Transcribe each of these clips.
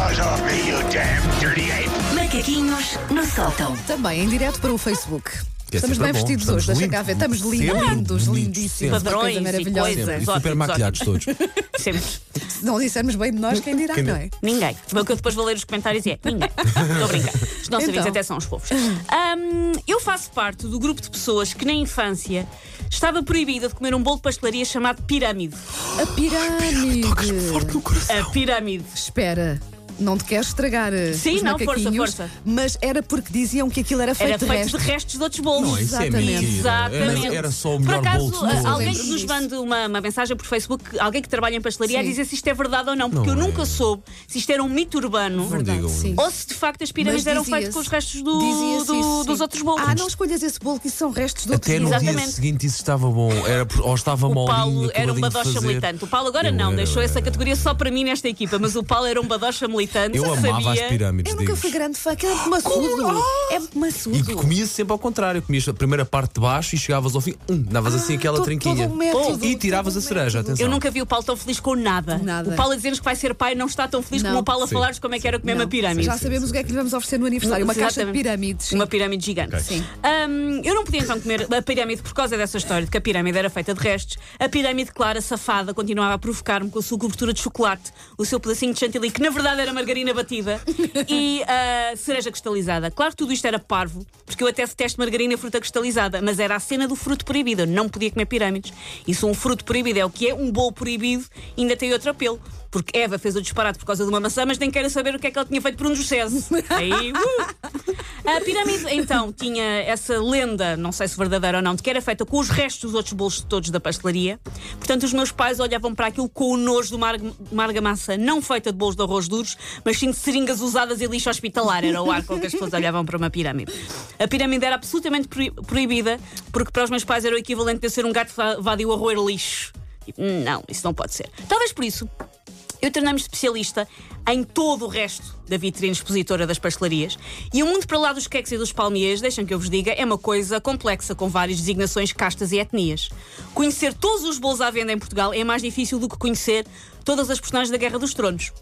you damn dirty ape! Macaquinhos no sótão. Também em direto para o Facebook. Que é Estamos sempre bem bom, vestidos estamos hoje, deixa limpos, cá ver. Estamos sempre lindos, bonitos, lindíssimos. sempre. uma coisa Padrões e maravilhosa. coisas. E Exóticos, super maquilhados todos. Sempre. Se não dissermos bem de nós, quem dirá, Quem não dirá? é? Ninguém. O que eu depois vou ler os comentários e é ninguém. Estou a brincar. Os nossos Então. amigos até são os fofos. Ahm, eu faço parte do grupo de pessoas que na infância estava proibida de comer um bolo de pastelaria chamado pirâmide. é? A pirâmide. A pirâmide. Espera. Não te queres estragar eh, Sim, os não, força, macaquinhos, força. Mas era porque diziam que aquilo era feito, Era de feito de resto. restos de outros bolos. Não, isso é Exatamente. mentira. Era, Exatamente. era só o Por melhor acaso, bolo de a- alguém que Lembro-me nos disso. mande uma, uma mensagem por Facebook, alguém que trabalha em pastelaria, Sim. a dizer se isto é verdade ou não, porque Não eu é. nunca soube se isto era um mito urbano Não digam. Sim. ou se de facto as pirâmides Mas eram dizia-se. feitas com os restos do- Dizia-se do- isso, sim. dos outros bolos. Ah, não escolhas esse bolo, que isso são restos de outros Até no bolos. dia Exatamente. seguinte isso estava bom. Era, por- ou estava O molinho, Paulo era um acabadinho de badocha fazer. militante. O Paulo agora Eu não, era, deixou eu essa era. categoria só para mim nesta equipa, mas o Paulo era um badocha militante. Eu amava as sabia. pirâmides. Eu nunca digo-vos. fui grande fã, aquilo é muito maçudo. É muito maçudo. E comia sempre ao contrário. Comias a primeira parte de baixo e chegavas ao fim, um, davas assim aquela todo- trinquinha. todo um método, Pum, e tiravas todo a um cereja, método. atenção. Eu nunca vi o Paulo tão feliz com nada. Nada. O Paulo a dizer-nos que vai ser pai não está tão feliz Não. como o Paulo a Sim. falar-nos como é que era comer Não. uma pirâmide. Já sabemos o que é que lhe vamos oferecer no aniversário. Uma caixa de Exatamente. pirâmides. Uma pirâmide gigante. Sim. Ahm, eu não podia então comer a pirâmide por causa dessa história de que a pirâmide era feita de restos. A pirâmide clara, safada, continuava a provocar-me com a sua cobertura de chocolate, o seu pedacinho de chantilly, que na verdade era margarina batida, e a cereja cristalizada. Claro que tudo isto era parvo, porque eu até detesto margarina e fruta cristalizada, mas era a cena do fruto proibido. Eu não podia comer pirâmides. Isso, um fruto proibido é o que é, um bolo proibido ainda tem outro apelo. Porque Eva fez o disparate por causa de uma maçã, mas nem quero saber o que é que ela tinha feito por um dos César. Aí, uh! A pirâmide, então, tinha essa lenda, não sei se verdadeira ou não, de que era feita com os restos dos outros bolos todos da pastelaria. Portanto, os meus pais olhavam para aquilo com o nojo de uma arg- uma argamassa não feita de bolos de arroz duros, mas sim de seringas usadas e lixo hospitalar. Era o ar com que as pessoas olhavam para uma pirâmide. A pirâmide era absolutamente proi- proibida, porque para os meus pais era o equivalente de eu ser um gato va- vadio a roer lixo. Tipo, Não, isso não pode ser. Talvez por isso, eu tornei-me especialista em todo o resto da vitrine expositora das pastelarias e o mundo para lá dos queques e dos palmiers, deixem que eu vos diga, é uma coisa complexa com várias designações, castas e etnias. Conhecer todos os bolos à venda em Portugal é mais difícil do que conhecer todas as personagens da Guerra dos Tronos.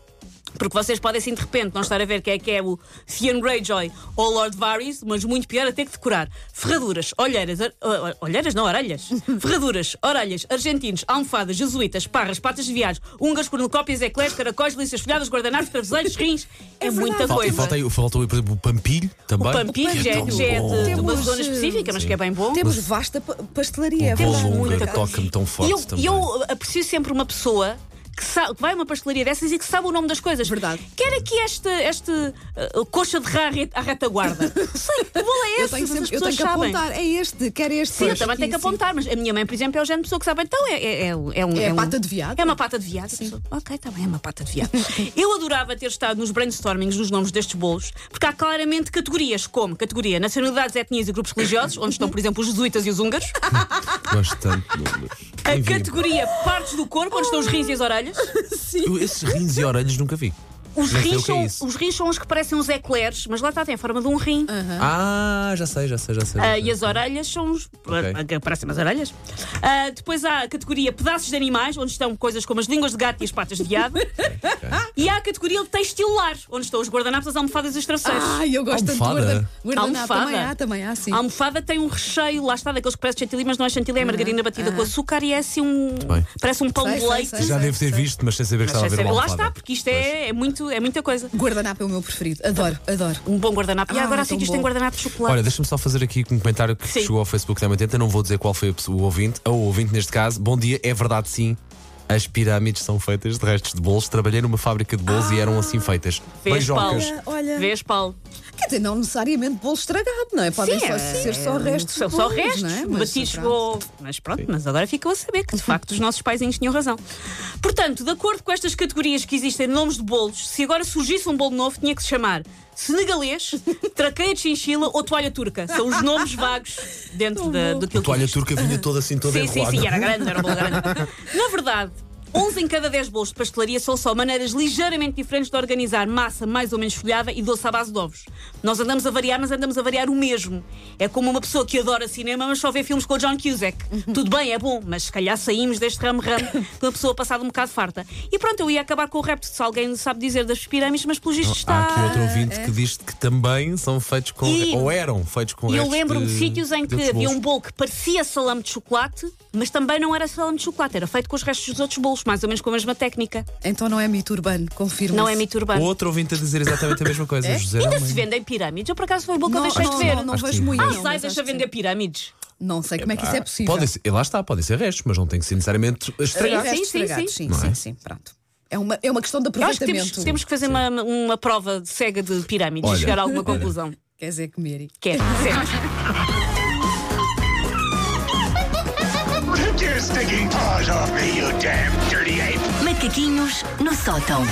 Porque vocês podem, assim, de repente, não estar a ver quem é que é o Theon Greyjoy ou Lord Varys, mas muito pior a ter que decorar. Ferraduras, olheiras, ar- ah, ah, olheiras não, orelhas. Ferraduras, orelhas, argentinos, almofadas, jesuítas, parras, patas de viagem, ungas, cornucópias, eclés, caracóis, liças folhadas, guardanapos, traveseiros, rins. É, É muita verdade. Falta, coisa. falta aí, faltou aí, por exemplo, o pampilho também. O pampinho O já é, pampinho. já é de, de uma Então, Temos, zona específica, mas que é bem bom. Temos vasta pa- pastelaria. é O bolo verdade. longa Muita coisa. toca-me tão E forte eu, também. e eu aprecio sempre uma pessoa que, sa- que vai a uma pastelaria dessas e que sabe o nome das coisas. Verdade. Quer aqui este, este uh, coxa de rá à re- à retaguarda. Sei, que bolo é esse? Eu tenho, mas as sempre, pessoas eu tenho que sabem. apontar. É este, quer este. Sim, eu pois. também tenho que Sim, sim. apontar, mas a minha mãe, por exemplo, é o género de pessoa que sabe, então é, é, é um- um. É a um- pata de veado. É uma pata de viado. Ok, está bem, é uma pata de viado. eu adorava ter estado nos brainstormings dos nomes destes bolos, porque há claramente categorias, como categoria nacionalidades, etnias e grupos religiosos, onde estão, por exemplo, os jesuítas e os húngaros. Bastante. A Enfim, categoria partes do corpo, onde estão os rins e as orelhas. eu esses rins e orelhas nunca vi. Os Não sei o rins, que é são, isso. os rins são os que parecem uns eclairs, mas lá está, tem a forma de um rim. Ah, já sei, já sei, já sei. já Ah, sei. e as orelhas são os. Ok. ah, Parecem as orelhas. Ah, depois há a categoria pedaços de animais, onde estão coisas como as línguas de gato e as patas de viado. E há a categoria textilar, onde estão os guardanapos, as almofadas e os travesseiros. Ai, eu gosto tanto de Almofada. guarda- guardanapo. Almofada. Também há, também há, sim. A almofada tem um recheio, lá está, daqueles que parece chantilly, mas não é chantilly, é margarina batida com açúcar e é assim um. bem. Parece um pão Sei, de sei, leite. sei, já sei, devo ter sei. visto, mas sem saber que Mas estava a já ver sei- uma lá almofada. está, porque isto é, é, muito, é muita coisa. Guardanapo é o meu preferido. Adoro, adoro. Um bom guardanapo. e Ah, agora há tão sítios que têm bom. guardanapo de chocolate. Olha, deixa-me só fazer aqui um comentário que Sim. chegou ao Facebook da Matenta. Não vou dizer qual foi a pessoa- o ouvinte, ou o ouvinte neste caso. Bom dia, é verdade sim. As pirâmides são feitas de restos de bolos. Trabalhei numa fábrica de bolos e eram assim feitas. Vês, Beijocas. Ah, Paulo? Olha, olha. Vês, Paulo? Quer dizer, não necessariamente bolo estragado, não é? Podem só ser só restos. de São só bolos, restos. não é? Mas, Batidos pronto. com. Mas pronto, mas agora ficam a saber que de facto os nossos paizinhos tinham razão. Portanto, de acordo com estas categorias que existem de nomes de bolos, se agora surgisse um bolo novo, tinha que se chamar senegalês, traqueia de chinchila ou toalha turca. São os nomes vagos dentro da, do que A toalha turca vinha toda assim, toda Sim, sim, enrolada. sim, era grande, era um bolo grande. Na verdade, 11 em cada 10 bolos de pastelaria são só maneiras ligeiramente diferentes de organizar massa mais ou menos folhada e doce à base de ovos. Nós andamos a variar, mas andamos a variar o mesmo. É como uma pessoa que adora cinema, mas só vê filmes com o John Cusack. Tudo bem, é bom, mas se calhar saímos deste ramo-ramo de uma pessoa passada um bocado farta. E pronto, eu ia acabar com o repto se alguém sabe dizer das pirâmides, mas pelo visto Há está. aqui outro ouvinte que diz que também são feitos com. E- ou eram feitos com E eu restos lembro-me de de sítios em que desses havia um bolos. bolo que parecia salame de chocolate, mas também não era salame de chocolate, era feito com os restos dos outros bolos, mais ou menos com a mesma técnica. Então não é mito urbano, confirma. Não é mito urbano. Outro ouvinte a dizer exatamente a mesma coisa. José É? Ainda Almeida. se vendem pirâmides? Eu por acaso foi o bolo que eu Não, deixei de não, ver. não, não Acho que vejo sim. muito. ah, não, sai, mas deixa acho que vender Ah, sim. pirâmides. Não sei como é que isso é possível. Podem ser- lá está, podem ser restos, mas não tem que ser necessariamente estragados. sim, sim, Estragados, sim. sim, sim, sim, pronto. É uma, é uma questão de Eu acho que aproveitamento. temos, temos que fazer uma, uma prova de cega de pirâmides Olha, e chegar a alguma olha. conclusão. é Quer dizer, comer e Quer dizer, Take your stinking paws off me, you damn dirty ape! Macaquinhos no sótão.